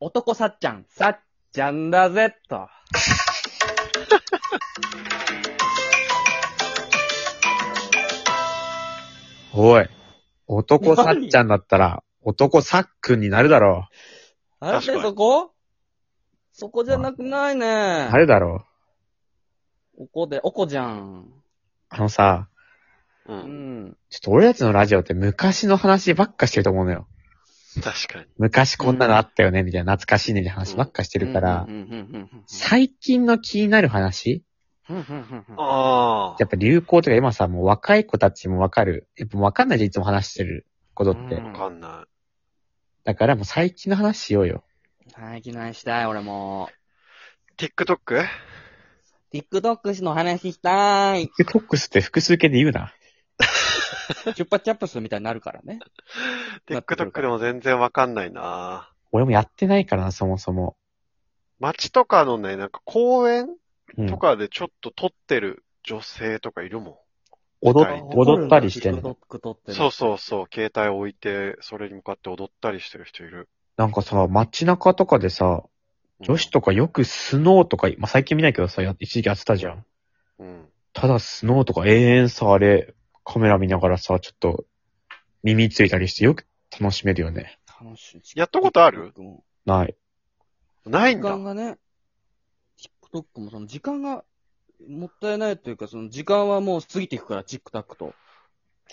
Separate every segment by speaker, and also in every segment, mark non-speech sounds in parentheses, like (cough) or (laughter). Speaker 1: 男さっちゃん、さっちゃんだぜ、と。
Speaker 2: おい。男さっちゃんだったら、男さっくんになるだろ
Speaker 1: あれ
Speaker 3: 確かに
Speaker 1: そこそこじゃなくないね。
Speaker 2: う。あれだろ
Speaker 1: おこで、おこじゃん。
Speaker 2: う。あのさ、
Speaker 3: う。
Speaker 1: うんん。
Speaker 2: ちょっと俺たちのラジオって昔の話ばっかしてると思うのよ。
Speaker 3: 確かに。
Speaker 2: 昔こんなのあったよね、みたいな懐かしいね、みたいな話ばっかしてるから
Speaker 1: う、んうん
Speaker 2: 最近の気になる話
Speaker 1: うんうんうんうんうんうん
Speaker 3: ああ
Speaker 2: や。っぱ流行とか今さ、もう若い子たちもわかる。やっぱわかんないじゃん、いつも話してることって。
Speaker 1: うん
Speaker 3: わかんな
Speaker 2: だからもう最近の話しようよ。
Speaker 1: 最近何したい、俺も。
Speaker 3: い。TikTok?
Speaker 1: TikTok の話したい。
Speaker 2: で、コックスって複数形で言うな。
Speaker 1: チュッパチャップスみたいになるからね。なってくるから
Speaker 3: TikTok でも全然わかんないな
Speaker 2: 俺もやってないからな、そもそも。
Speaker 3: 街とかのね、なんか公園
Speaker 2: うん
Speaker 3: と。かでちょっと撮ってる女性とかいるも
Speaker 2: 踊っ
Speaker 3: はい
Speaker 2: 踊ったりしてんの。
Speaker 1: TikTok 撮ってる。
Speaker 3: ん。そうそうそう。携帯置いて、それに向かって踊ったりしてる人いる。
Speaker 2: なんかさ、街中とかでさ、
Speaker 3: うん
Speaker 2: 女子。とかよくスノーとか、まあ、最近見ないけどさ、や一時期やってたじゃん。
Speaker 3: うん。
Speaker 2: ただスノーとか永遠さ、あれ、カメラ見ながらさ、ちょっと耳ついたりしてよく楽しめるよね。
Speaker 1: 楽しい。
Speaker 3: やったことある
Speaker 1: TikTok も
Speaker 2: ない。
Speaker 3: ない
Speaker 1: 時
Speaker 3: んだ。
Speaker 1: 間がね、TikTok もその時間がもったいないというか、その時間はもう過ぎていくから、チックタック (laughs) と。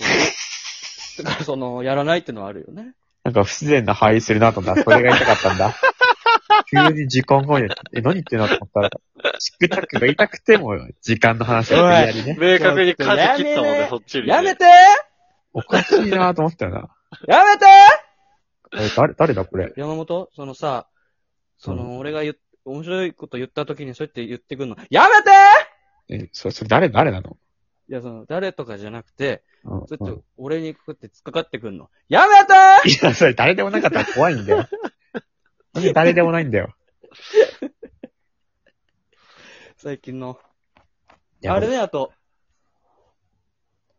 Speaker 1: だからその、やらないってのはあるよね。
Speaker 2: なんか不自然な灰するなと思った。それが言いたかった
Speaker 1: (laughs)
Speaker 2: んだ。急に時間がね、え、何言ってんなと思ったら、チックタックが痛くても、時間の話を無理やりね。
Speaker 3: 明
Speaker 1: 確に舵切ったもんね
Speaker 3: そっち
Speaker 1: やめて
Speaker 3: て
Speaker 2: おかしいなと思ったよな。
Speaker 1: やめて
Speaker 2: え、誰、誰だこれ。
Speaker 1: 山本そのさ、その、
Speaker 2: うん
Speaker 1: 俺が言っ面白いこと言った時にそうやって言ってくんの。やめて
Speaker 2: え、そ、それ誰、誰なの
Speaker 1: いや、その、誰とかじゃなくて、
Speaker 2: うん
Speaker 1: そうやっ
Speaker 2: う
Speaker 1: て俺にこうやって突っかかってくんの。やめて
Speaker 2: んいや、それ誰でもなかったら怖いんだよ。なんで誰でもないんだよ。
Speaker 1: 最近の。
Speaker 2: いや
Speaker 1: あれね、あと、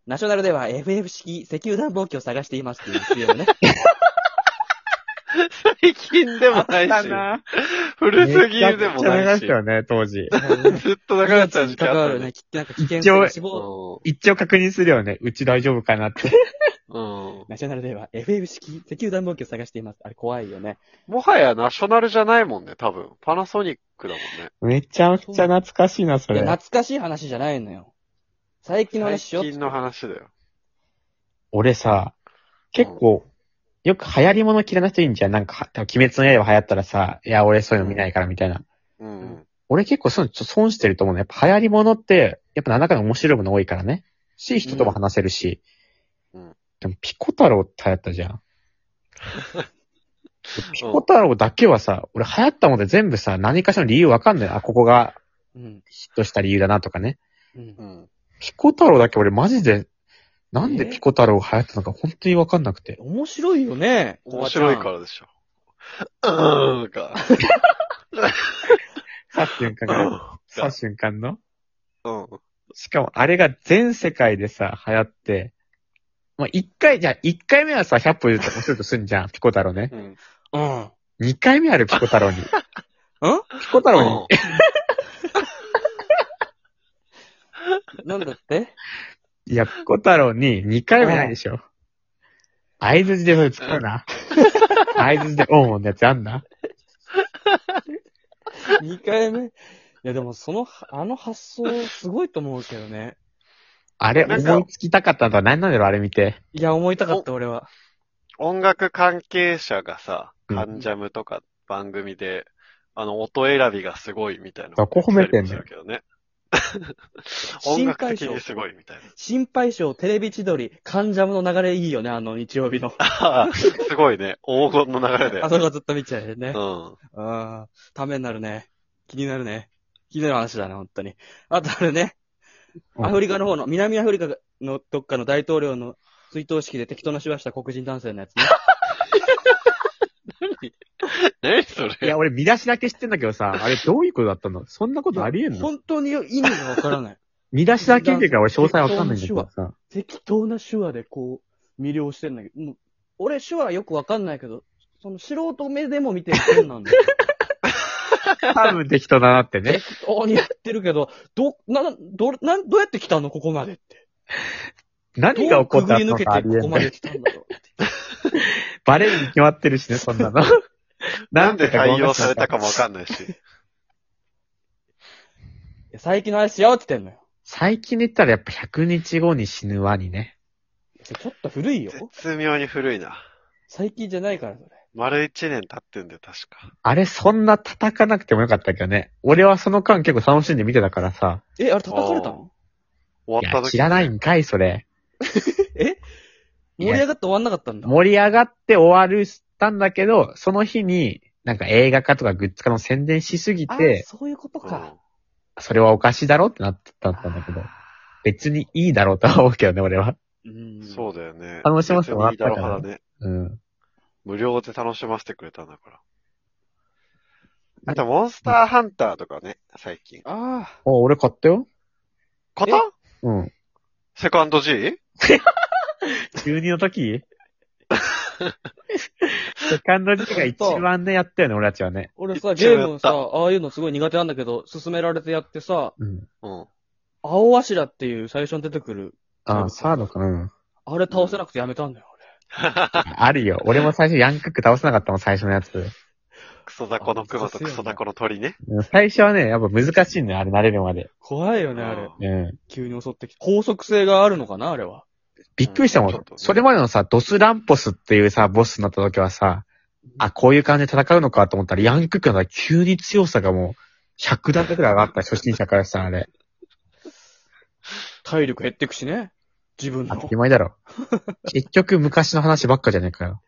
Speaker 1: ナショナルでは FF 式石油暖房機を探していますっていう CM ね。
Speaker 3: 最近でもないし、古すぎでも
Speaker 2: めちゃくちゃ流
Speaker 3: ない
Speaker 2: し、
Speaker 3: した
Speaker 2: よね、当時。
Speaker 3: ずっと流れてた時期
Speaker 1: 関
Speaker 3: あ
Speaker 1: わ
Speaker 3: った
Speaker 1: る
Speaker 3: よね
Speaker 1: ね。。きなんか危険性が死
Speaker 3: う
Speaker 1: 亡。
Speaker 2: 一応確認するよね。うち大丈夫かなって。
Speaker 3: ん。うん
Speaker 1: ナショナルでは FF 式石油暖房機を探しています。あれ怖いよね。
Speaker 3: もはやナショナルじゃないもんね、多分。パナソニックだもんね。
Speaker 2: (laughs) めちゃくちゃ懐かしいな、そ
Speaker 1: いや、
Speaker 2: れ。
Speaker 1: 懐かしい話じゃないのよ。最近の話しようっ
Speaker 3: 最
Speaker 1: つって
Speaker 3: 近の話だよ。
Speaker 2: 俺さ、結構、よく流行り物嫌いな人いるんじゃん。なんかは、多分鬼滅の刃流行ったらさ、いや、俺そういうの見ないからみたいな。
Speaker 3: うんうん。
Speaker 2: 俺結構そういうのちょっと損してると思うの。やっぱ流行り物って、やっぱ何らかの面白いもの多いからね。し、人とも話せるし。
Speaker 3: うん
Speaker 2: でも、ピコ太郎って流行ったじゃ (laughs) ん。ピコ太郎だけはさ、俺流行ったもんで全部さ、何かしらの理由わかんない。あ、ここが
Speaker 1: うん。
Speaker 2: ヒットした理由だなとかね。
Speaker 1: うん
Speaker 3: う。ん。
Speaker 2: ピコ太郎だけ俺マジで、なんでピコ太郎が流行ったのか本当にわかんなくて。
Speaker 1: 面白いよね。
Speaker 3: 面白い
Speaker 1: おば
Speaker 3: か
Speaker 1: ち
Speaker 3: らで
Speaker 2: (laughs)
Speaker 3: しょ。うーんか。
Speaker 2: さっ瞬
Speaker 3: (laughs)
Speaker 2: 間が、さっ瞬間の。
Speaker 3: うん。うん
Speaker 2: しかもあれが全世界でさ、流行って、まあ、一回、じゃあ一回目はさ、100歩言うと面白いとすんじゃん、ピコ太郎ね。
Speaker 3: うん。
Speaker 1: ゃん。うん。
Speaker 2: 二回目あるピコ太
Speaker 3: (laughs)
Speaker 2: 郎に。んピコ太郎に、
Speaker 1: なんだって
Speaker 2: いや、ピコ太郎に二回目ないでしょ。合図でそれ使うな。合図でオンオンのやつあんな。
Speaker 1: 二回目。いや、でもその、あの発想すごいと思うけどね。
Speaker 2: あれ、
Speaker 3: なんか
Speaker 2: 思いつきたかったのは何なんだろう、あれ見て。
Speaker 1: いや、思いたかった、俺は。
Speaker 3: 音楽関係者がさ、
Speaker 2: うん
Speaker 3: カンジャムとか番組で、あの、音選びがすごいみたいな。
Speaker 2: どこ褒めてんの
Speaker 3: だけどね。音楽的
Speaker 1: (laughs)
Speaker 3: にすごいみたいな。
Speaker 1: 心配性、テレビ千鳥、カンジャムの流れいいよね、あの日曜日
Speaker 2: (laughs)
Speaker 1: の。
Speaker 3: ああすごいね。黄金の流れで
Speaker 1: あ。そこずっと見ちゃうよね。
Speaker 3: うん。
Speaker 1: ああ、ためになるね。気になるね。気になる話だね、本当に。あとあれね、
Speaker 2: うん
Speaker 1: アフリカの方の、南アフリカのどっかの大統領の追悼式で適当なしばした黒人男性のやつね。
Speaker 3: 何そ
Speaker 2: い
Speaker 3: れ (laughs)
Speaker 2: や、俺見出しだけ知ってんだけどさ、あれどういうことだったのそんなことありえんの
Speaker 1: 本当に意味がわからない。 (laughs)
Speaker 2: 見出しだけ見てるから俺詳細わかんないんだけどさ。
Speaker 1: 適当な手話でこう、魅了してんだけど、もう俺手話よくわかんないけど、その素人目でも見てる本なんですよ。
Speaker 2: 多分できたなーってね。
Speaker 1: 適当にやってるけど、ど、な、ど、なん、どうやって来たのここまでって。
Speaker 2: 何が起こったのかあ
Speaker 1: どうくぐり抜けてこ
Speaker 2: りえ
Speaker 1: こ
Speaker 2: な
Speaker 1: ま
Speaker 2: い。
Speaker 1: で来たんだろう。
Speaker 2: バレるに決まってるしね、そんなの。
Speaker 3: (laughs) なんで
Speaker 2: かごま
Speaker 3: 採用
Speaker 2: かしち
Speaker 3: さ
Speaker 2: ゃっ
Speaker 3: れたかもわかんないし。
Speaker 1: いや最近の話しようって言ってんのよ。
Speaker 2: 最近で言ったらやっぱ100日後に死ぬワニね。
Speaker 1: ちょっと古いよ。
Speaker 3: 絶妙に古いな。
Speaker 1: 最近じゃないから、それ。
Speaker 3: 丸一年経ってんだよ、確か。
Speaker 2: あれ、そんな叩かなくてもよかったけどね。俺はその間結構楽しんで見てたからさ。
Speaker 1: え、あれ叩かれたの
Speaker 2: い
Speaker 3: 終わっ
Speaker 2: や、
Speaker 3: た時。
Speaker 2: 知らないんかい、それ。
Speaker 1: え
Speaker 2: い
Speaker 1: 盛
Speaker 2: や
Speaker 1: り上がって終わんなかったんだ。
Speaker 2: 盛り上がって終わるしたんだけど、その日に、なんか映画化とかグッズ化の宣伝しすぎ
Speaker 1: あ
Speaker 2: て、
Speaker 1: そういうこと
Speaker 3: うん
Speaker 1: か。。
Speaker 2: それはおかしいだろってなってたんだけど、別にいいだろうとは思うけどね、俺は。
Speaker 1: うん。
Speaker 3: そうだよね。
Speaker 2: 楽しませてもらったから
Speaker 3: 別にいいだろう派だね。
Speaker 2: うん。
Speaker 3: 無料で楽しませてくれたんだから。あと、モンスターハンターとかね、最近。
Speaker 1: ああ。
Speaker 2: お、俺買ったよ。
Speaker 3: こ
Speaker 1: え
Speaker 3: と
Speaker 2: うん。
Speaker 3: セカンド G?
Speaker 2: 中二の時セカンド G が一番ね、やったよね、俺たちはね。
Speaker 1: 俺さ、
Speaker 3: 一
Speaker 1: ゲ
Speaker 3: 応やった
Speaker 1: ームさ、ああいうのすごい苦手なんだけど、勧められてやってさ、
Speaker 2: うん。
Speaker 3: うん。
Speaker 1: 青柱っていう最初に出てくる、
Speaker 2: あ、サードかな。うん
Speaker 1: あれ倒せなくてやめたんだよ、
Speaker 2: あるよ。俺も最初ヤンクック倒せなかったもん、最初のやつ。
Speaker 3: クソダコのクマとクソダコの鳥ね。
Speaker 2: うん最初はね、やっぱ難しいんだよ、あれ慣れるまで。
Speaker 1: 俺。怖いよ
Speaker 3: う
Speaker 1: ね、あれ
Speaker 3: ん。
Speaker 2: うん。
Speaker 1: 急に襲ってきて。高速性があるのかな、あれは。
Speaker 2: びっくりしたもん。
Speaker 3: うんちょっとね
Speaker 2: それまでのさ、ドスランポスっていうさ、ボスになった時はさ、あ、こういう感じで戦うのかと思ったら、ヤンクックの急に強さがもう、100段階くらい上がった、初心者からしたらあれ。
Speaker 1: 体力減ってくしね。自分
Speaker 2: 当
Speaker 1: の
Speaker 3: (laughs)
Speaker 2: た。り前だろ。結局、昔の話ばっかじゃねえかよ。